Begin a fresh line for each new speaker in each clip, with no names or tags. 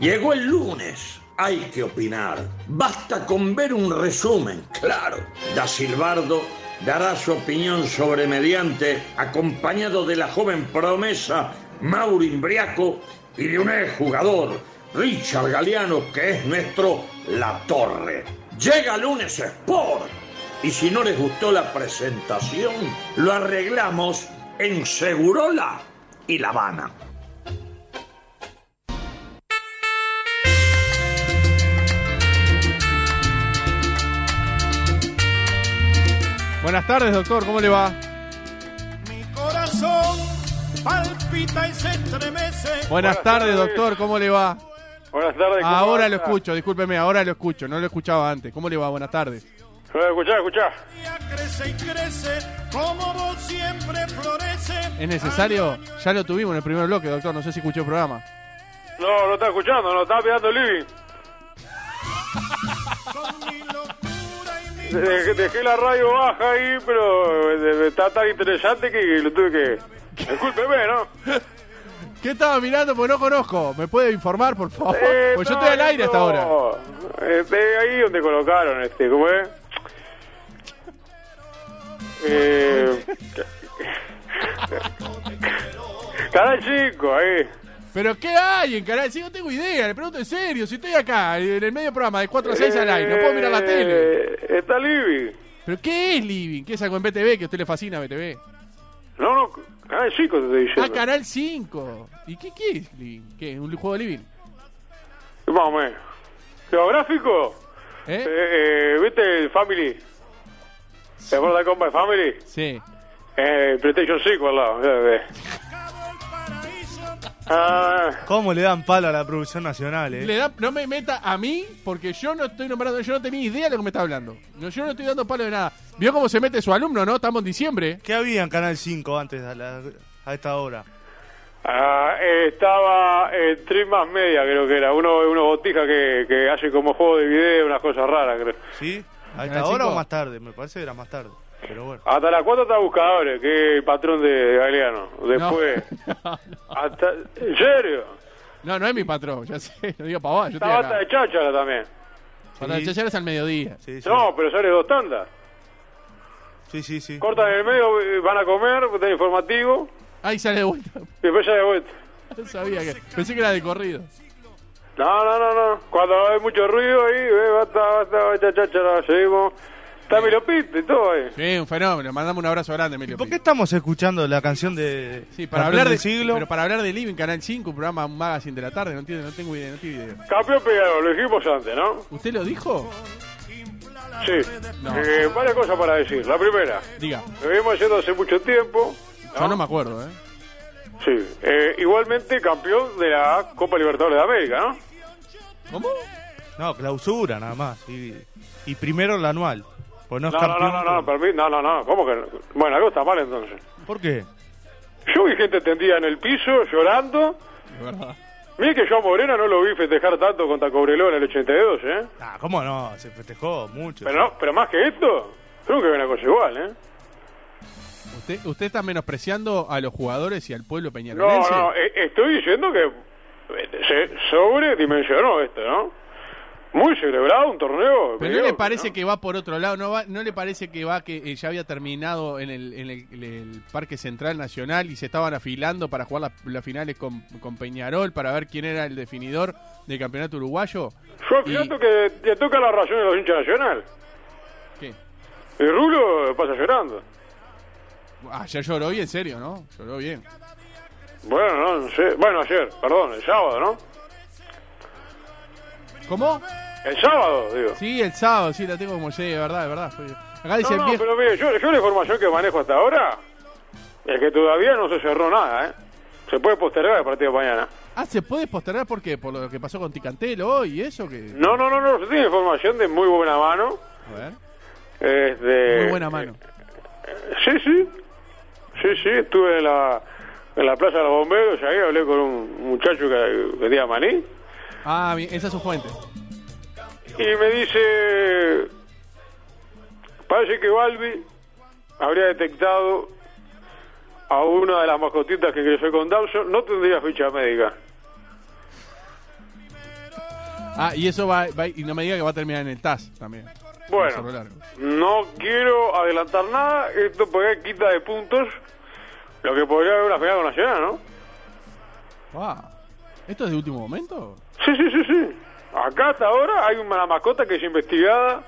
Llegó el lunes. Hay que opinar. Basta con ver un resumen, claro. Da Silbardo dará su opinión sobre Mediante, acompañado de la joven promesa Mauro Imbriaco y de un exjugador, Richard Galeano, que es nuestro La Torre. Llega lunes Sport. Y si no les gustó la presentación, lo arreglamos en Segurola y La Habana.
Buenas tardes, doctor, ¿cómo le va?
Mi corazón palpita y se estremece.
Buenas, tardes,
tardes.
doctor, ¿cómo le va?
Buenas tardes. ¿cómo
Ahora
anda?
lo escucho, discúlpeme, ahora lo escucho, no lo escuchaba antes. ¿Cómo le va? Buenas tardes.
Eh, Escuchá, escuchá.
Día crece y crece, como vos siempre florece.
¿Es necesario? Ya lo tuvimos en el primer bloque, doctor, no sé si escuchó el programa.
No, no está escuchando, no está pegando el living.
Con mi locura y mi
Dejé, dejé la radio baja ahí, pero eh, está tan interesante que lo tuve que... Discúlpeme, ¿no?
¿Qué estaba mirando? Pues no conozco. ¿Me puede informar, por favor?
Eh,
pues yo estoy al aire hasta ahora.
no. Eh, de ahí donde colocaron este, ¿cómo es? Eh... Cada chico, ahí.
¿Pero qué hay en Canal 5? No tengo idea, le pregunto en serio. Si estoy acá, en el medio programa, de 4 a 6 al aire, no puedo mirar la tele.
Eh, Está Libby.
¿Pero qué es Living? ¿Qué es algo en BTV que a usted le fascina BTV?
No, no, cada chico te
Ah,
estoy diciendo.
Canal 5. ¿Y qué, qué es Living? ¿Qué? ¿Un juego de Living?
Más o menos. Geográfico.
¿Eh?
Eh, eh, ¿Viste el Family? ¿Te acuerdas de Combat Family?
Sí.
Eh, PlayStation 5 al lado. eh, eh.
acabó el paraíso.
Ah,
¿Cómo le dan palo a la producción nacional, eh?
Le da- no me meta a mí porque yo no estoy nombrando, yo no tenía idea de lo que me está hablando. No, yo no estoy dando palo de nada. ¿Vio cómo se mete su alumno, no? Estamos en diciembre.
¿Qué había en Canal 5 antes a, la- a esta hora?
ah, eh, estaba en Trim más media, creo que era. Uno, unos botijas que, que hace como juego de video, unas cosas raras, creo.
¿Sí? ¿A
Canal
esta hora
5?
o más tarde? Me parece que era más tarde. Pero bueno.
Hasta las 4 está Buscadores, que es el patrón de Galeano. Después.
No,
Hasta, ¿En serio?
no, no es mi patrón, ya sé, no digo pavada, yo estoy
Estaba hasta
acá.
de cháchara también.
Para
Sí.
ya es al mediodía.
Sí, sí.
No, pero sale dos tandas.
Sí, sí, sí.
Cortan en el medio, eh, van a comer, están informativo,
Ahí sale de vuelta.
y después ya de vuelta.
No sabía que. Pensé que era de corrido.
No, no, no, no. Cuando hay mucho ruido ahí, eh, basta, basta, basta, cháchara, seguimos. Está Milopito y todo ahí.
Sí, un fenómeno. Mandamos un abrazo grande, Emilio.
¿Por qué
Pinto.
estamos escuchando la canción de
Sí, para
Campeón
hablar de
del siglo?
Pero para hablar de Living Canal 5, un programa un magazine de la tarde, no entiendo, no tengo idea, no tengo idea.
Campeón pegado, lo dijimos antes, ¿no?
¿Usted lo dijo?
Sí.
No.
Eh, varias cosas para decir. La primera,
Diga.
lo venimos haciendo hace mucho tiempo.
Yo no me acuerdo, ¿eh?
Sí. Eh, igualmente campeón de la Copa Libertadores de América, ¿no?
¿Cómo?
No, clausura nada más. Y, y primero la anual. Pues no es
No, no,
campeón.
no, no, no,
pero-
permi- no, no, no. ¿Cómo que no? Bueno, algo está mal entonces.
¿Por qué?
Yo vi gente tendida en el piso, llorando.
De verdad.
Mire que yo a Morena no lo vi festejar tanto contra Cobreloa en el 82, ¿eh?
Ah, ¿cómo no? Se festejó mucho.
Pero no, pero más que esto, creo que es una cosa igual, ¿eh?
¿Usted, usted está menospreciando a los jugadores y al pueblo
No,
peñarolense?
no, eh, estoy diciendo que eh, se sobredimensionó esto, ¿no? Muy celebrado un
Pero no
torneo.
le
mediocre,
parece
¿no?
que va por otro lado, no va, no le parece que va que eh, ya había terminado en el, en el- en el Parque Central Nacional y se estaban afilando para jugar las las finales con, con Peñarol para ver quién era el definidor del campeonato uruguayo.
Yo
y-
fíjate que te toca la razón de los hinchas nacional.
¿Qué?
Y Rulo pasa llorando.
Ayer Ah, lloró bien, en serio, ¿no? Lloró bien.
Bueno, no, no sé. Bueno, ayer, perdón, el sábado, ¿no?
¿Cómo?
El sábado, digo.
Sí, el sábado, sí, la tengo como llegué, de verdad, de verdad. fue- Acá dice
No, no,
viejo-
pero mire, yo, yo la información que manejo hasta ahora es que todavía no se cerró nada, ¿eh? Se puede postergar el partido de mañana.
Ah, ¿se puede postergar por qué? ¿Por lo que pasó con Ticantelo hoy y eso? Que...
No, no, no, no, se tiene información de muy buena mano.
A ver.
Este,
Muy buena mano.
Sí, sí. Sí, sí, estuve en la, en la Plaza de los Bomberos, ahí hablé con un muchacho que, que tenía maní,
Ah, bien, esa es su fuente.
y me dice, parece que Balbi habría detectado a una de las mascotitas que creció con Dawson, no tendría ficha médica.
Ah, y eso va, va- y no me diga que va a terminar en el TAS también.
Bueno.
En Cerro Largo.
No quiero adelantar nada, esto porque quita de puntos lo que podría haber una final con Nacional, ¿no?
Wow. ¿Esto es de último momento?
Sí, sí, sí, sí. Acá hasta ahora hay una mascota que es investigada.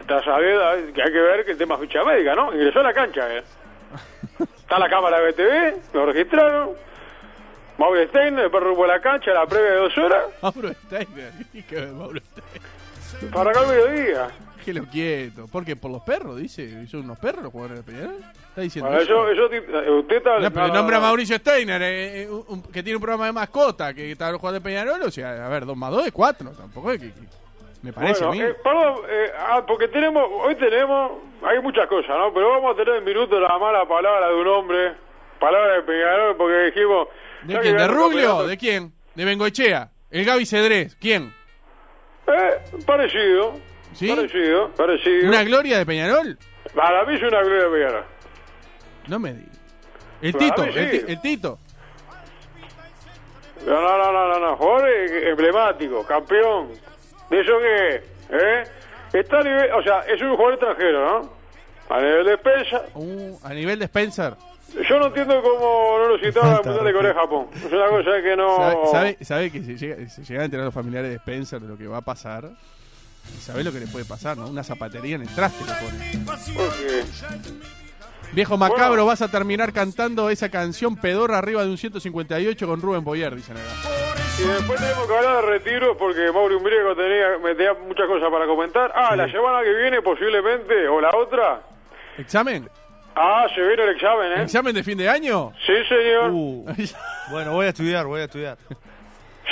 Está sabida, que hay que ver que el tema es ficha médica, ¿no? Ingresó a la cancha, ¿eh? Está la cámara de BTV, lo registraron. Mauro Stein, después rumbo a la cancha, la previa de dos horas.
Mauro Steiner. ¿Qué ver, Mauro Steiner?
Para acá al mediodía.
Que lo quieto. ¿Por qué? ¿Por los perros? Dice. ¿Son unos perros los jugadores de Peñarol? ¿Está diciendo
Bueno,
eso?
yo, yo, eh, usted está...
No, pero
no,
nombra a
no.
Mauricio Steiner, eh, eh, un- un- que tiene un programa de mascota, que está los jugadores de Peñarol. O sea, a ver, 2 más 2 es 4. Tampoco es que. que- me parece
Bueno,
a mí.
eh, perdón, eh, ah, porque tenemos, hoy tenemos, hay muchas cosas, ¿no? Pero vamos a tener en minutos la mala palabra de un hombre, palabra de Peñarol, porque dijimos...
¿De
ya que
quién? ¿De
ganó el
Ruglio?
campeonato-
¿De quién? ¿De Bengoechea? ¿El Gaby Cedrés? ¿Quién?
Eh, parecido,
¿Sí?
parecido, parecido.
¿Una gloria de Peñarol?
Para mí es una gloria de Peñarol.
No me digas. El
Para
Tito,
mí
el,
sí.
ti- el Tito.
No, no, no, no, no, no, jugador eh, emblemático, campeón, de eso que, ¿eh? Está a nivel, o sea, es un jugador extranjero, ¿no? A nivel de pesa,
Uh, a nivel de Spencer.
Yo no entiendo cómo no lo citaron al Mundial de Corea y Japón. Es una cosa que no...
¿Sabe, sabe- sabe que si llega- si llegan a enterar los familiares de Spencer de lo que va a pasar? y ¿Sabe lo que le puede pasar, no? Una zapatería en el traste le ponen.
Porque-
Viejo macabro,
Bueno.
vas a terminar cantando esa canción pedorra arriba de un 158 con Rubén Boyer, dicen acá.
Y después tenemos que hablar de retiros porque Mauro Umbriego tenía, me tenía muchas cosas para comentar. Ah, la semana que viene posiblemente, o la otra.
¿Examen?
Ah, se viene el examen, ¿eh?
¿Examen de fin de año?
Sí, señor.
Uh, bueno, voy a estudiar, voy a estudiar.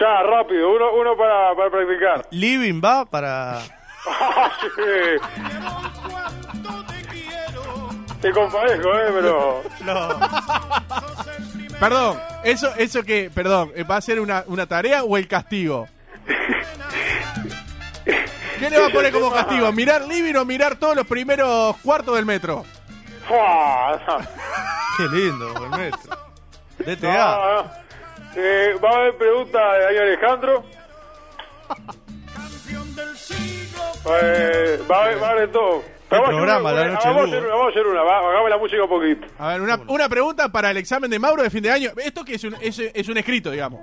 Ya, rápido, uno, uno para, para practicar.
Living va para.
Ah, sí. Te compadezco, ¿eh? Pero...
No.
Perdón, eso, eso que, perdón, eh, ¿va a ser una, una tarea o el castigo? ¿Qué le va a poner como castigo? ¿Mirar Living o mirar todos los primeros cuartos del metro?
Fua, no.
Qué lindo, buen metro. DTA.
No, no. Eh, va a haber pregunta de ahí Alejandro. Eh, va a haber, va a haber de todo. Pero vamos a hacer
programa,
una-
la noche
vamos, a
del
hacer,
Hugo.
vamos a hacer una, va, hagamos la música un poquito.
A ver, una, una pregunta para el examen de Mauro de fin de año. Esto que es un, es, es un escrito, digamos.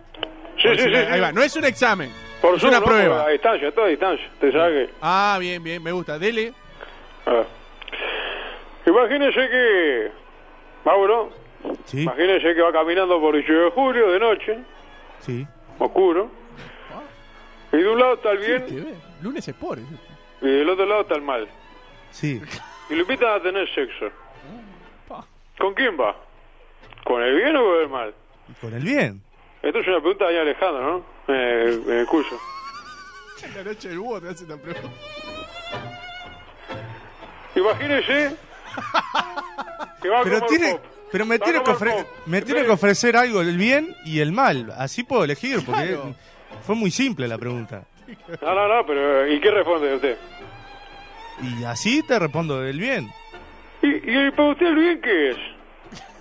Sí, sí, sí.
Ahí
sí.
va, no es un examen.
Por
es
Zoom,
una
¿no?
prueba.
A distancia, a toda distancia. Te sabe que.
Ah, bien, bien, me gusta. Dele.
a ver. Imagínese que. Mauro,
Sí,
imagínese que va caminando por el 18 de julio de noche,
sí.
oscuro. Y de un lado está el
Sí,
bien
ve, Lunes es pobre.
y del otro lado está el mal.
Sí.
Y lo invitan a tener sexo.
Mm,
¿Con quién va? ¿Con el bien o con el mal?
Y con el bien.
Esto es una pregunta de Alejandro, ¿no? Eh, en el curso.
La noche del búho te hace una pregunta.
Imagínese que va
Pero
como el
tiene.
pop.
Pero me
Va
tiene, que
como el
ofre-
pop.
me tiene que ofrecer algo el bien y el mal. Así puedo elegir, porque
Claro.
fue muy simple la pregunta.
No, no, no, pero eh, ¿y qué responde usted?
Y así te respondo del bien.
¿Y, y para usted el bien qué es?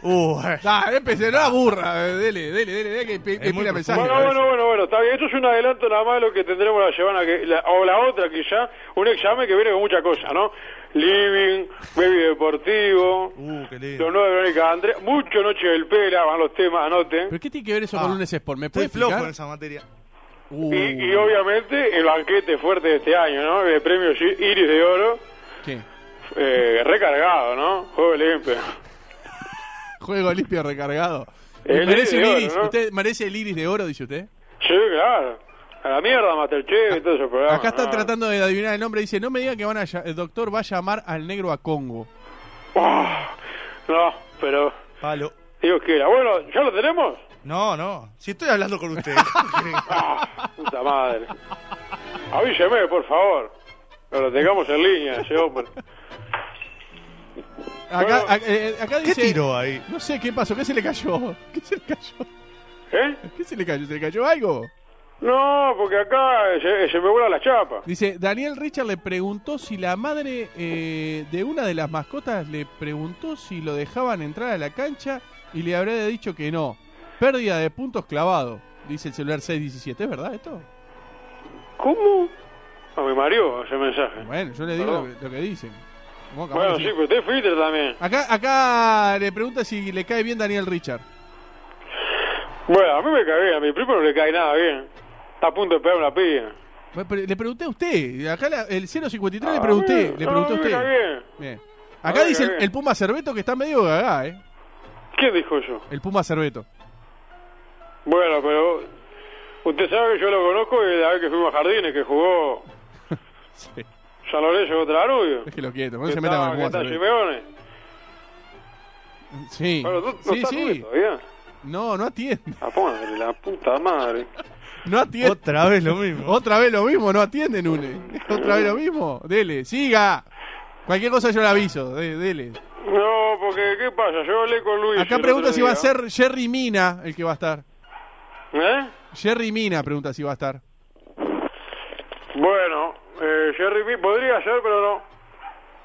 Uh,
Dale, eh, empecé, no la burra. eh, Dele, dele, dele, dele que, pi- que
Es muy
pila mensaje.
profundo.
Bueno, bueno, bueno, bueno, está bien. Esto es un adelanto nada más de lo que tendremos la semana que, la- o la otra quizá, un examen que viene con muchas cosas, ¿no? Living, baby deportivo,
uh, qué lindo.
Los nueve de Verónica Andrés, mucho Noche del Pela, van los temas, anoten.
¿Pero qué tiene que ver eso
Ah,
con lunes es pobre? ¿Me puede
Estoy flojo en
explicar?
esa materia.
Uh,
Y, y obviamente el banquete fuerte de este año, ¿no? El premio Gi- Iris de Oro,
¿Qué?
eh, recargado, ¿no? Juego limpio.
Juego limpio recargado.
El
¿Merece,
iris de
un
oro,
iris?
¿no?
¿Usted merece el iris de oro, dice usted?
Sí, claro. A la mierda, Masterchef y todo ese programa.
Acá están
¿no?
tratando de adivinar el nombre. Dice, no me diga que van a ll- el doctor va a llamar al negro a Congo.
Ah, no, pero
Palo.
Dios quiera. Bueno, ¿ya lo tenemos?
No, no. Si estoy hablando con usted.
Ah, puta madre. Avíseme, por favor. No lo tengamos en línea, ese hombre.
Acá,
Bueno.
a- eh, acá
¿Qué
dice...
tiró ahí?
No sé qué pasó, ¿qué se le cayó? ¿Qué se le cayó?
¿Eh?
¿Qué se le cayó? ¿Se le cayó algo?
No, porque acá eh, se, se me vuela la chapa.
Dice, Daniel Richard le preguntó si la madre eh, de una de las mascotas le preguntó si lo dejaban entrar a la cancha y le habría dicho que no. Pérdida de puntos clavado, dice el celular 617. ¿Es verdad esto?
¿Cómo? No, me mareó ese mensaje.
Bueno, yo le digo lo
Perdón.
que, lo que dicen. Vos, capaz
Bueno,
que
sí,
sí.
pero usted es Twitter también.
Acá, acá le pregunta si le cae bien Daniel Richard.
Bueno, a mí me cae bien, a mi primo no le cae nada bien. Está a punto de pegar una pilla.
Bueno, Pues, pero Le pregunté a usted. Acá la- el 053 le
Ah,
pregunté.
bien.
Le
No,
pregunté a
me cae
usted.
bien.
Bien. Acá
Ah,
dice
bien.
el, el Puma Cerveto que está medio gagá, ¿eh?
¿Qué dijo yo?
El Puma Cerveto.
Bueno, pero usted sabe que yo lo conozco y la vez que fuimos a Jardines, que jugó
Sí.
San Lorenzo contra Danubio.
Es que lo quieto. No
Que
se meta con
estaba-
el eh.
que
Puma
está
Cerveto.
Simeone.
Sí.
Bueno, tú no eh.
Sí,
estás
sí.
Rubio todavía.
No, no atiende.
La madre, la puta madre.
No atiende.
Otra vez lo mismo.
Otra vez lo mismo, no atiende Nune. Otra vez lo mismo. Dele, siga. Cualquier cosa yo le aviso. de- dele.
No, porque ¿qué pasa? Yo hablé con Luis.
Acá
el
pregunta
otro
si va a
día.
ser Jerry Mina el que va a estar.
¿Eh?
Jerry Mina pregunta si va a estar.
Bueno, eh, Jerry Mina podría ser, pero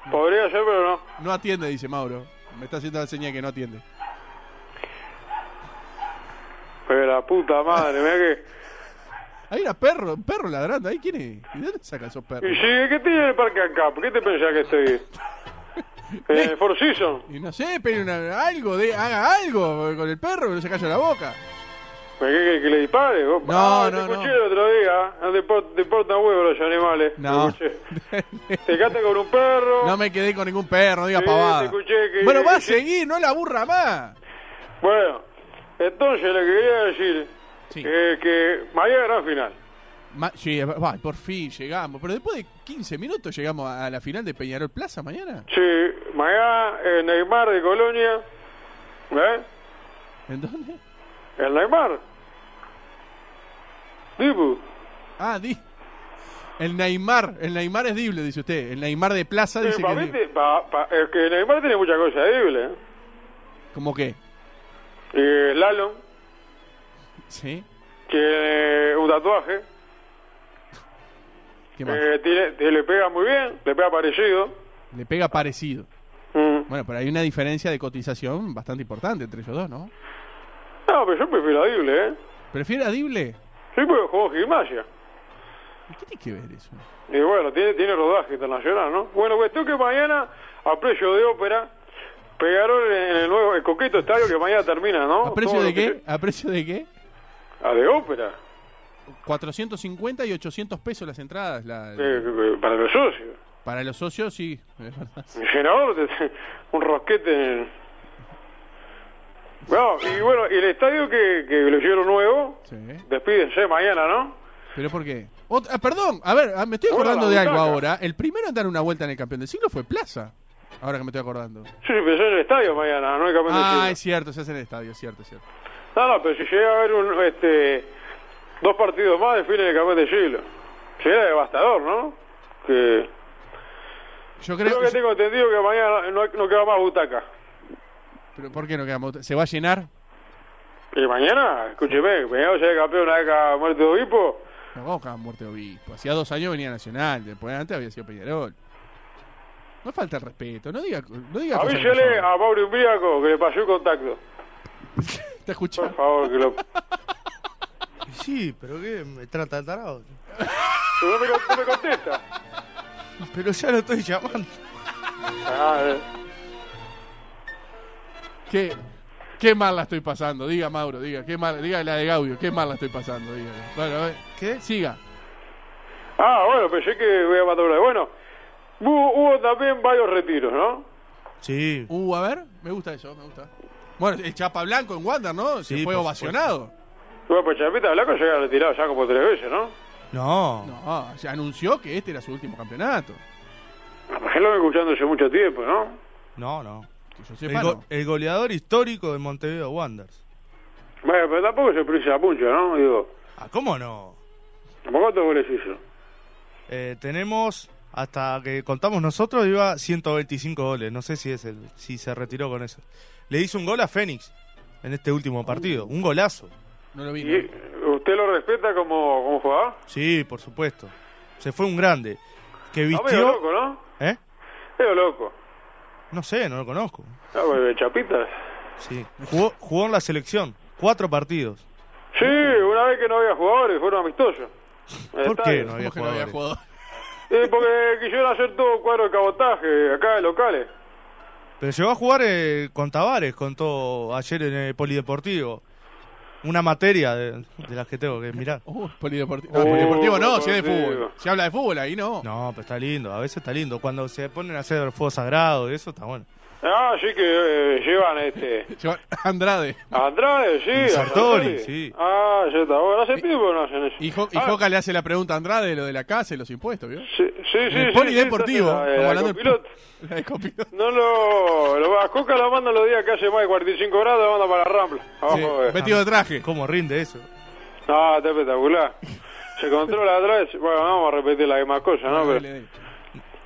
no. Podría ser, pero no.
No atiende, dice Mauro. Me está haciendo la señal que no atiende.
Pero la puta madre, mira que.
Hay una perro, un perro ladrando. ¿Ahí quién es? ¿De dónde saca esos
Y
perros?
si, ¿qué tiene el parque acá? ¿Por qué te pensás que estoy? Eh, Four Seasons.
Y no sé, pero algo, de, haga algo con el perro, que no se calla la boca.
¿Me querés que, que le dispare? Vos-
No,
Ah,
no,
Te escuché
no.
el otro día. ¿eh? No te, po- te importan huevos los animales.
No.
Te escuché. Te cata con un perro.
No me quedé con ningún perro, no diga
Sí, te
pavada.
escuché que-
Bueno, va a seguir, no la aburra más.
Bueno, entonces lo que quería decir
Sí.
es que mañana gran final.
Ma- sí, va, por fin llegamos. Pero después de 15 minutos llegamos a la final de Peñarol Plaza mañana.
Sí, mañana el Neymar de Colonia. ¿Eh?
¿En dónde?
El Neymar. Dibu.
Ah, di. El Neymar, el Neymar es dible, dice usted. El Neymar de Plaza
Sí,
dice
pa'
que
mí
es
te- pa- pa- es que el Neymar tiene muchas cosas débiles. ¿eh?
¿Cómo qué?
Y el Lalo,
¿Sí?
tiene un tatuaje.
¿Qué más?
Eh, tiene- te- le pega muy bien, le pega parecido.
Le pega parecido.
Mm.
Bueno, pero hay una diferencia de cotización bastante importante entre ellos dos, ¿no?
No, pero yo prefiero a Dible, ¿eh?
¿Prefiere a Dible?
Sí, porque jugó en gimnasia.
¿Y ¿Qué tiene que ver eso?
Y bueno, tiene, tiene rodaje internacional, ¿no? Bueno, cuestión que mañana, a precio de ópera, pegaron en el nuevo, el coqueto estadio que mañana termina, ¿no?
¿A precio
Todo
de
lo que-
qué? ¿A precio de qué?
Ah, de ópera,
450 y 800 pesos las entradas. la-
eh, eh, para los socios.
para los socios, sí. es verdad.
El senador, te- un rosquete en el- No, y bueno, y el estadio que, que lo hicieron nuevo,
Sí.
despídense mañana, ¿no?
¿Pero por qué? Ot- ah, perdón, a ver, ah, me estoy
Hola,
acordando
la
de algo
butaca.
ahora. El primero en dar una vuelta en el campeón del siglo fue Plaza. Ahora que me estoy acordando.
Sí, sí, pero es en el estadio mañana, no hay campeón del
Ah,
siglo.
es cierto, se hace en el estadio, es cierto, es cierto.
No, no, pero si llega a haber un, este, dos partidos más, definen el campeón de siglo. Sería devastador, ¿no? Que,
Yo creo,
creo que
yo-
tengo entendido que mañana no, no queda más butaca.
pero ¿por qué no quedamos? ¿Se va a llenar?
Y mañana, escúcheme, mañana se campeón una vez que ha muerto obispo.
No, vamos cada muerte de obispo. Pues Hacía dos años venía Nacional, después antes había sido Peñarol. No falta el respeto, no diga, no diga cosas que no
Avísele
son.
a Mauro Umbriaco que le pasó el contacto.
¿Te escuchas?
Por favor, que lo...
Y Sí, pero ¿qué? Me trata de tarado.
No me, no me contesta.
Ah, Pero ya lo estoy llamando.
Ah, eh.
¿Qué, qué mal la estoy pasando, diga Mauro, diga, qué mal, diga la de Gaudio, qué mal la estoy pasando, diga. Bueno, a ver,
¿Qué?
siga.
Ah, bueno, pensé que voy a matar una. Bueno, hubo, hubo también varios retiros, ¿no?
Sí.
Uh, a ver, me gusta eso, me gusta. Bueno, el Chapa Blanco en Wander, ¿no? Se
Sí,
fue
por
ovacionado.
Bueno, pues Chapita Blanco se había retirado ya como tres veces, ¿no?
No.
No, se anunció que este era su último campeonato.
Él lo vengo escuchando hace mucho tiempo, ¿no?
No, no.
Que yo
El,
sepa,
go-
no.
el goleador histórico de Montevideo Wanderers.
Bueno, pero tampoco se precisa mucho, ¿no? Digo,
Ah, ¿cómo no?
¿tampoco cuántos goles hizo?
Eh, tenemos, hasta que contamos nosotros, iba 125 goles. No sé si es el, si se retiró con eso. Le hizo un gol a Fénix en este último partido. Un golazo.
No lo vi.
¿Y
no.
usted lo respeta como, como jugador? Ah,
Sí, por supuesto. Se fue un grande. Que
No, medio
vistió.
loco, ¿no?
¿Eh?
Medio loco.
No sé, no lo conozco.
Ah, bueno, de Chapita.
Sí. Jugó, jugó en la selección. Cuatro partidos.
Sí, una vez que no había jugadores, fueron amistosos. El
¿Por qué
estadio.
no había
¿Cómo que no había
jugadores?
jugadores?
Sí, porque quisieron hacer todo cuadro de cabotaje acá de locales.
Pero llegó a jugar eh, con Tavares, contó ayer en el Polideportivo. Una materia de, de las que tengo que mirar.
Uh, polideportivo. No,
Oh,
polideportivo no, si es de
polideportivo.
fútbol. Si habla de fútbol ahí, no.
No, pero está lindo, a veces está lindo. Cuando se ponen a hacer fuego sagrado, y eso está bueno.
Ah, así que eh, llevan este.
Lleva- Andrade.
A Andrade,
Y
sí. a
Sartori,
Sartori.
sí.
Ah, ya está. Bueno, hace tiempo que no hacen eso.
Y, Jo- y
Ah,
Joca le hace la pregunta a Andrade de lo de la casa y los impuestos, ¿vio?
Sí, sí, sí.
el
sí,
polideportivo.
sí, está
estamos
eh, la- la
hablando del-
copiloto.
la de copiloto.
No lo. lo a Coca la manda los días que hace más de 45 grados, la manda para la Rambla. Vamos
Sí,
a ver.
vestido de traje.
¿Cómo rinde eso?
No, Ah, está espectacular. Se controla atrás. Bueno, no vamos a repetir la misma cosa, ¿no? Pero...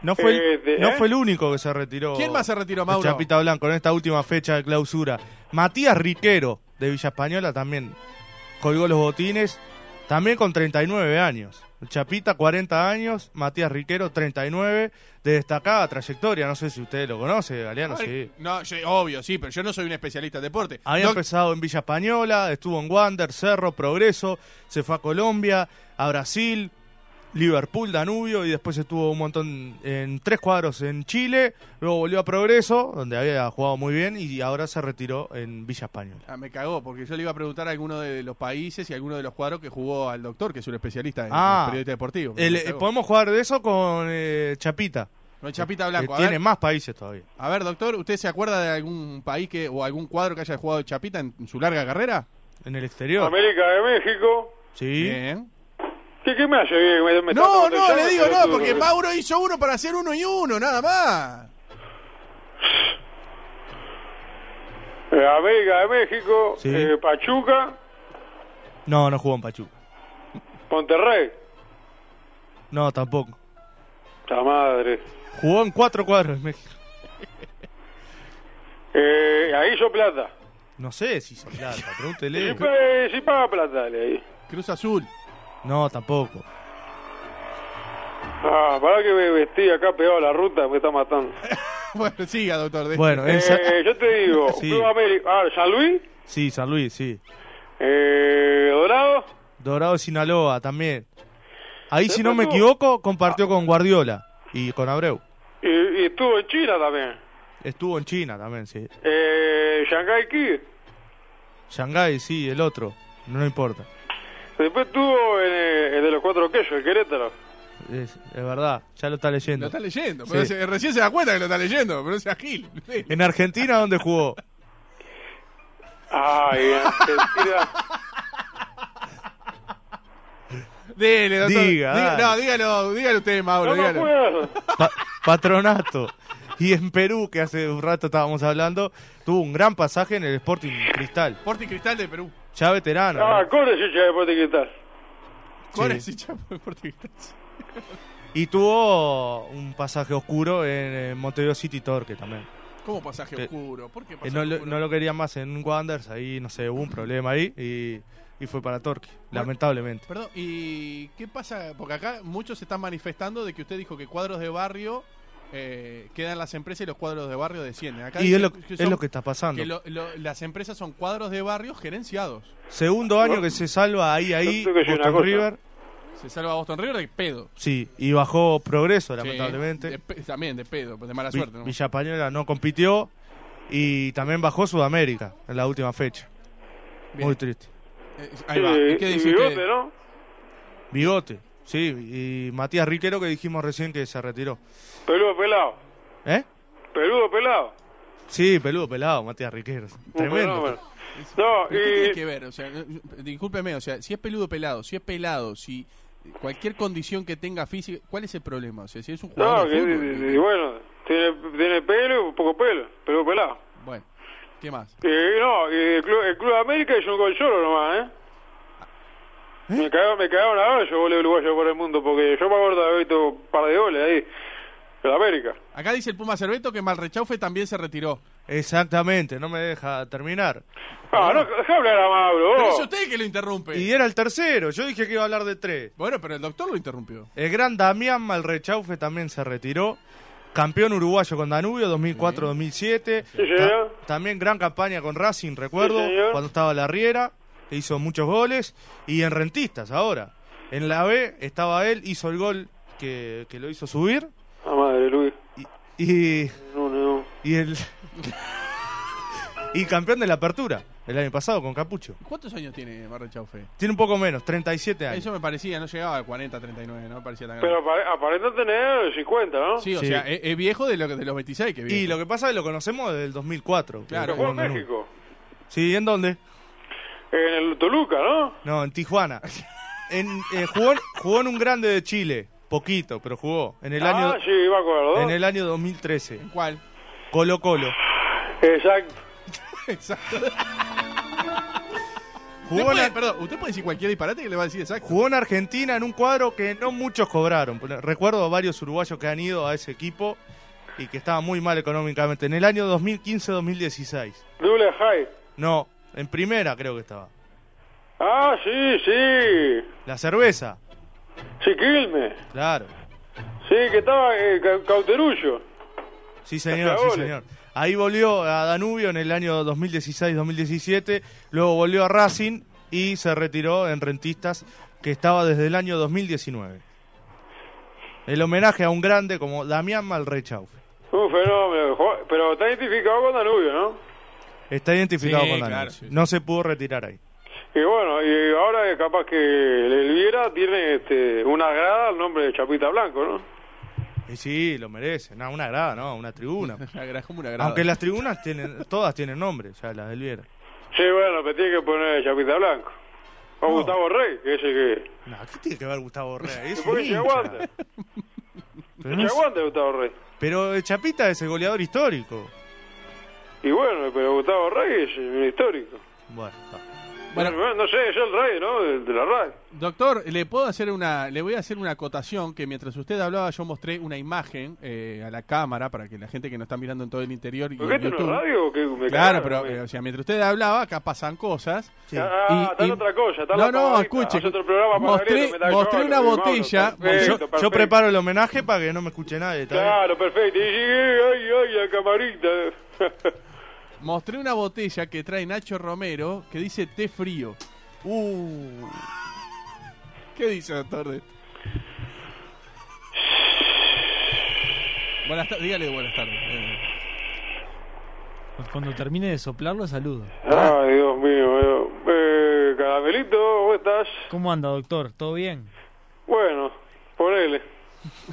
No fue,
Eh, de-
el, no
¿eh?
fue el único que se retiró.
¿Quién más se retiró,
de
Mauro?
Chapita Blanco en esta última fecha de clausura. Matías Riquero, de Villa Española, también colgó los botines. También con 39 años. Chapita, 40 años. Matías Riquero, 39. De destacada trayectoria. No sé si ustedes lo conocen, Galeano, sí.
No, yo- obvio, sí, pero yo no soy un especialista en deporte.
Había
Doc-
empezado en Villa Española, estuvo en Wander, Cerro, Progreso, se fue a Colombia, a Brasil, Liverpool, Danubio y después estuvo un montón en tres cuadros en Chile, luego volvió a Progreso, donde había jugado muy bien y ahora se retiró en Villa Española.
Ah, me cagó, porque yo le iba a preguntar a alguno de los países y a alguno de los cuadros que jugó al doctor, que es un especialista en
Ah.
en periodista deportivo.
El-
Me
eh,
cagó.
podemos jugar de eso con eh, Chapita,
No, Chapita
que
Blanco. A
tiene
ver,
más países todavía.
a ver, doctor, ¿usted se acuerda de algún país que o algún cuadro que haya jugado Chapita en su larga carrera?
En el exterior.
América de México.
Sí.
Bien.
¿Qué, qué me hace? bien? Me- me está
No, no,
contestando,
le digo
pero
no,
tú-
porque Mauro hizo uno para hacer uno y uno, nada más.
Eh, América de México,
Sí.
eh, Pachuca,
No, no jugó en Pachuca.
Monterrey.
No, tampoco.
La madre.
Jugó en cuatro cuadros en México.
Eh, ahí hizo plata.
No sé si hizo plata, pregúntele.
Si, pa- si paga plata, le ahí.
Cruz Azul.
No, tampoco.
Ah, para que me vestí acá pegado a la ruta, me está matando.
Bueno, siga, doctor. de-
Bueno, en Sa-
Eh, yo te digo,
Sí.
Club América, ah, San Luis,
Sí, San Luis, sí.
eh, Dorado,
Dorado de Sinaloa también. Ahí, si
Pero
no me
tú-
equivoco, compartió con Guardiola y con Abreu.
y, y estuvo en China también.
Estuvo en China también, sí.
Eh, Shanghai Kid,
Shanghái, sí, el otro. No importa.
después estuvo en eh, el de los cuatro quesos, el Querétaro.
Es, es verdad, ya lo está
Lo
leyendo.
está leyendo. pero
Sí.
se- recién se da cuenta que lo está leyendo, pero no sea Gil.
En Argentina, ¿dónde jugó?
Ay, Argentina.
Dele, doctor.
Diga, dale.
no, dígalo, dígalo usted, Mauro.
no me
dígalo.
acuerdo.
Pa- patronato. Y en Perú, que hace un rato estábamos hablando, tuvo un gran pasaje en el Sporting Cristal.
Sporting Cristal de Perú.
Ya veterano.
Ah,
¿no?
Core sí, después de quitar.
Juárez y Chapo de Sporting Cristal.
Y tuvo un pasaje oscuro en eh, Montevideo City Torque también.
¿Cómo pasaje
Eh,
oscuro? ¿Por qué
Eh,
pasaje
no, lo,
oscuro?
no lo querían más en Wanderers, ahí no sé, hubo un problema ahí y, y fue para Torque, lamentablemente.
Perdón, ¿y qué pasa? Porque acá muchos se están manifestando de que usted dijo que cuadros de barrio eh, quedan las empresas y los cuadros de barrio descienden. Acá
Y
dicen
es lo,
que, son-
es lo que está pasando.
que lo- lo- las empresas son cuadros de barrio gerenciados.
Segundo año que se salva ahí, ahí,
Yo tengo que decir
Boston
una cosa.
River.
Se salva Boston River de pedo.
Sí, y bajó Progreso,
Sí,
lamentablemente.
de pe- también de pedo, pues, de mala
Vi-
suerte. ¿no?
Villa Española no compitió y también bajó Sudamérica en la última fecha.
Bien.
Muy triste.
Eh, ahí va.
Eh,
¿Y qué
y
dicen?
Bigote,
que-
¿no?
Bigote, sí, y Matías Riquero que dijimos recién que se retiró.
Peludo pelado.
¿Eh?
Peludo pelado.
Sí, peludo pelado, Matías Riquero.
Un
Tremendo.
fenómeno. No,
¿Pero ¿Qué tiene
y
que ver? O sea, eh, discúlpeme, o sea, si es peludo pelado, si es pelado, si cualquier condición que tenga física, ¿cuál es el problema? O sea, si es un
No,
jugador
que,
de fútbol,
que-
que-
que- bueno, tiene, tiene pelo y un poco pelo, pelo pelado.
bueno, ¿qué más?
Eh, no, y el Club, el Club América hizo un gol solo nomás, ¿eh? Me cagaron, me cagaron ahora yo goles uruguayo por el mundo, porque yo me acuerdo de haber visto un par de goles ahí, el América.
Acá dice el Puma Cerveto que Malrechaufe también se retiró.
Exactamente, no me deja terminar.
Ah, no, deja hablar a Mauro.
Pero es
vos.
usted que lo interrumpe.
Y era el tercero, yo dije que iba a hablar de tres.
Bueno, pero el doctor lo interrumpió.
El gran Damián Malrechaufe también se retiró. Campeón uruguayo con Danubio 2004-2007.
Sí, señor.
Ta- también gran campaña con Racing, recuerdo,
Sí, señor.
e cuando estaba la Riera. Hizo muchos goles. Y en Rentistas ahora. En la B estaba él, hizo el gol que, que lo hizo subir.
Ah, madre, Luis.
Y,
No, no.
y el. y campeón de la apertura el año pasado con Capucho.
¿Cuántos años tiene Barra Chaufe?
Tiene un poco menos, 37 años.
Eso me parecía, no llegaba a 40, 39, no me parecía tan grande.
Pero apare- aparenta tener 50, ¿no?
Ah. sí, o
Sí.
sea, e-, es, es viejo de, lo, que- de los 26 que viejo.
Y lo que pasa es que lo conocemos desde el 2004. que
Claro.
Pero
jugó
jugó
en
en
Lanús.
México.
Sí, ¿en dónde?
En el Toluca, ¿no?
No, en Tijuana. En, eh, jugó, jugó en un grande de Chile, poquito, pero jugó. En el año,
Ah, sí, iba con los dos.
en el año 2013.
¿Cuál?
Colo Colo.
Exacto.
Exacto. Usted
Jugó en,
puede- perdón, usted puede decir cualquier disparate que le va a decir exacto.
jugó en Argentina en un cuadro que no muchos cobraron. Recuerdo a varios uruguayos que han ido a ese equipo y que estaba muy mal económicamente. En el año 2015-2016.
Doble high.
No, en primera creo que estaba.
Ah, sí, sí.
La cerveza,
Sí, Quilme.
claro.
Sí, que estaba eh, Ca- Cauterullo.
Sí, señor, sí,
Hacía goles.
señor. Ahí volvió a Danubio en el año 2016-2017, luego volvió a Racing y se retiró en Rentistas, que estaba desde el año 2019. El homenaje a un grande como Damián Malrechaufe.
Un fenómeno. Jo- Pero está identificado con Danubio, ¿no?
Está identificado
Sí,
con Danubio.
claro, sí, sí.
No se pudo retirar ahí.
Y bueno, y ahora es capaz que el Elviera tiene este, una grada al nombre de Chapita Blanco, ¿no?
Y sí, lo merece. No, una grada, no, una tribuna.
La gra- como una grada.
Aunque las tribunas tienen, todas tienen nombre, ya las del Viera.
Sí, bueno, pero tiene que poner Chapita Blanco. O
No.
Gustavo Rey, que ese que...
No, ¿qué tiene que ver Gustavo Rea? Es un
Porque se
hincha.
aguanta.
Pero no
Se
es-
aguanta Gustavo Rey.
pero el Chapita es el goleador histórico.
Y bueno, pero Gustavo Rey es un histórico.
Bueno, está.
Bueno.
Bueno, no sé, es el rey, ¿no? De, de la radio.
Doctor, le puedo hacer una, le voy a hacer una acotación que mientras usted hablaba yo mostré una imagen eh, a la cámara para que la gente que nos está mirando en todo el interior y
¿Por qué
en
esto no es
YouTube-
radio o qué? Me
Claro,
cagaron,
pero
me-
eh, o sea, mientras usted hablaba, acá pasan cosas.
Sí.
Ah,
Y-
está
y-
en otra cosa. Está
no,
la
no,
pavadita.
escuche.
Hace otro programa para
Mostré-
Gabriel, me da
mostré
yo,
una
me manda,
botella.
Yo,
Perfecto,
yo
perfecto.
preparo el homenaje para que no me escuche nadie. ¿está bien?
Claro, perfecto. Y llegué, ay, ay, la camarita.
Mostré una botella que trae Nacho Romero que dice té frío.
Uh,
¿Qué dice, doctor? de esto? Buenas tardes, dígale buenas tardes. Eh,
Pues Cuando termine de soplarlo, saludo.
ay, Dios mío. Dios. Eh, caramelito, ¿cómo estás?
¿Cómo anda, doctor? ¿Todo bien?
Bueno, ponele.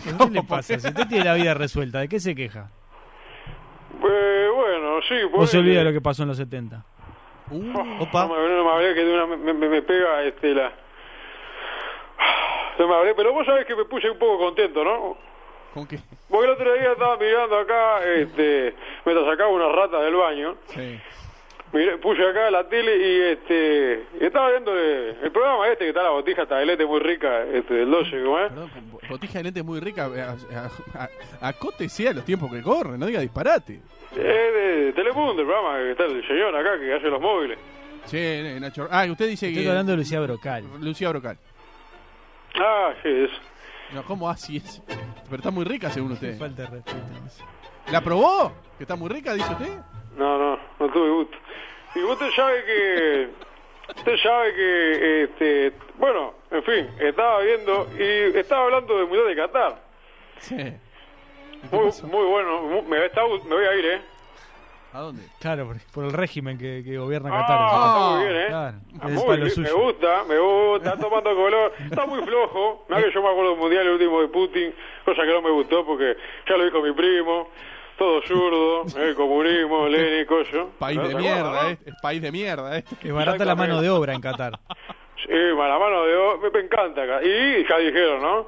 ¿Qué le pasa? Si usted tiene la vida resuelta, ¿de qué se queja?
Eh, bueno, sí, ponele.
O se olvida lo que pasó en los 70.
uh,
opa,
No me, no me hablé que de una me, me- me pega este la... No me hablé, pero vos sabés que me puse un poco contento, ¿no?
¿Con qué?
Porque el otro día estaba mirando acá, este, mientras sacaba unas ratas del baño,
Sí.
miré- puse acá la tele y este y estaba viendo eh, el programa este que está la botija hasta de lete muy rica, este, del 12, ¿cómo es?
Perdón, con bo- botija de lentes muy rica. eh, a- a- a- Acótese a los tiempos que corren, no diga disparate.
Es de Telemundo el programa, que está el señor acá que hace los móviles.
Che, eh, Nacho. Ah, y usted dice
Estoy
que.
hablando de Lucía Brocal.
Lucía Brocal.
Ah, sí, es.
No, ¿cómo así es? Pero está muy rica, según usted.
Falta de respeto.
¿La probó? ¿Que está muy rica, dice usted?
No, no, no tuve gusto. Y usted sabe que. Usted sabe que. Este, bueno, en fin, estaba viendo y estaba hablando del Mundial de Qatar.
Sí.
Muy, muy bueno, mu- me, está gu- me voy a ir, ¿eh?
¿A dónde?
Claro, por, por el régimen que, que gobierna Qatar.
Ah, está muy bien, ¿eh?
claro,
Ah,
es
muy
para
bien,
lo
me
suyo.
gusta, me gusta, está tomando color, está muy flojo. No que yo me acuerdo del mundial, el último de Putin, cosa que no me gustó porque ya lo dijo mi primo, todo zurdo, el comunismo, Lenin, coso.
País
¿No?
de
¿Se acuerda, no?
mierda, eh. Es país de mierda, eh.
Es barata la mano de obra en Qatar.
Sí, a la mano de o- me, me encanta acá. Y ya dijeron, ¿no?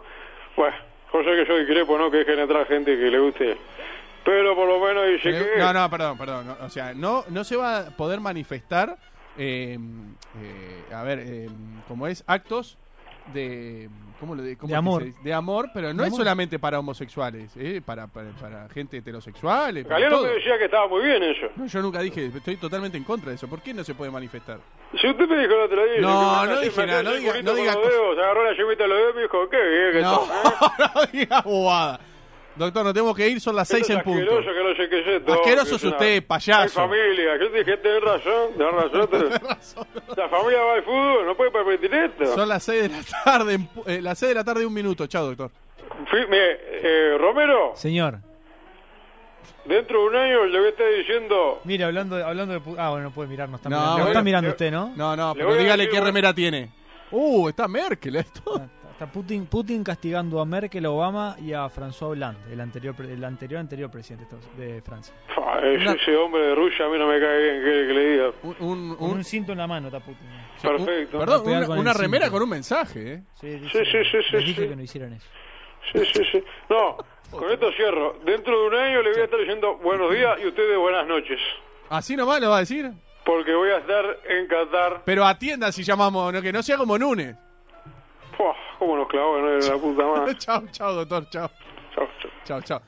Bueno, yo sé que soy crepo, ¿no? Que dejen entrar gente que le guste. Pero por lo menos dice
Pero-
que...
No, no, perdón, perdón. no, o sea, no, no se va a poder manifestar, eh, eh, a ver, eh, como es, actos de... ¿Cómo lo de, cómo es
De
que
amor.
se dice? de amor, pero no es
De amor.
solamente para homosexuales, eh, para, para, para gente heterosexual. eh, para
Galeano
todo.
me decía que estaba muy bien eso.
No, yo nunca dije, estoy totalmente en contra de eso. ¿Por qué no se puede manifestar?
Si usted me dijo el otro día...
No,
que
no
me
dije nada, no
hacía
diga-
un
no
culito
diga
con los
cosas.
dedos, agarró la lluvita de los dedos y me dijo, qué bien que
No,
está, ¿eh?
no digas bobada. Doctor, nos tenemos que ir, son las seis
Esto es
en punto.
Asqueroso, que no sé qué es esto.
Asqueroso
que
es usted,
una-
payaso.
Hay familia. Yo te dije, tenés razón, tenés razón. tenés- La familia va al fútbol, no puede permitir esto.
Son las seis de la tarde, en pu- eh, las seis de la tarde y un minuto. Chao, doctor.
Fi- mire, eh, Romero,
Señor,
dentro de un año le voy a estar diciendo...
mire, hablando de, hablando de... pu- Ah, bueno, no puede mirarnos
No,
también. No,
bueno,
está mirando
le-
usted, ¿no?
No, no,
Le
pero
voy a
dígale
decir
qué
una-
remera tiene. Ah, Uh, está Merkel esto.
Está Putin, Putin castigando a Merkel, a Obama y a François Hollande, el anterior, pre- el anterior, anterior presidente de Estados- de Francia.
"Fa, ese-
Una-
Ese hombre de Rusia a mí no me cae bien, que, que le diga.
Un, un-
Con
un-
un cinto en la mano está Putin.
un-
Perfecto.
perdón,
Voy a pegar
una,
con el
una remera
cinto.
con un mensaje, ¿eh?
Sí,
Sí, sí, sí, sí,
les dije
sí.
que no hicieran eso.
Sí, sí, sí. No, con esto cierro. Dentro de un año le voy a estar diciendo buenos días y ustedes buenas noches.
Así nomás lo va a decir.
Porque voy a estar en Qatar.
Pero atienda si llamamos, no, que no sea como Nunes.
Puah, ¿Cómo nos clavó no? la puta madre?
chao, chao, doctor, chao.
Chao, chao.
Chao, chao.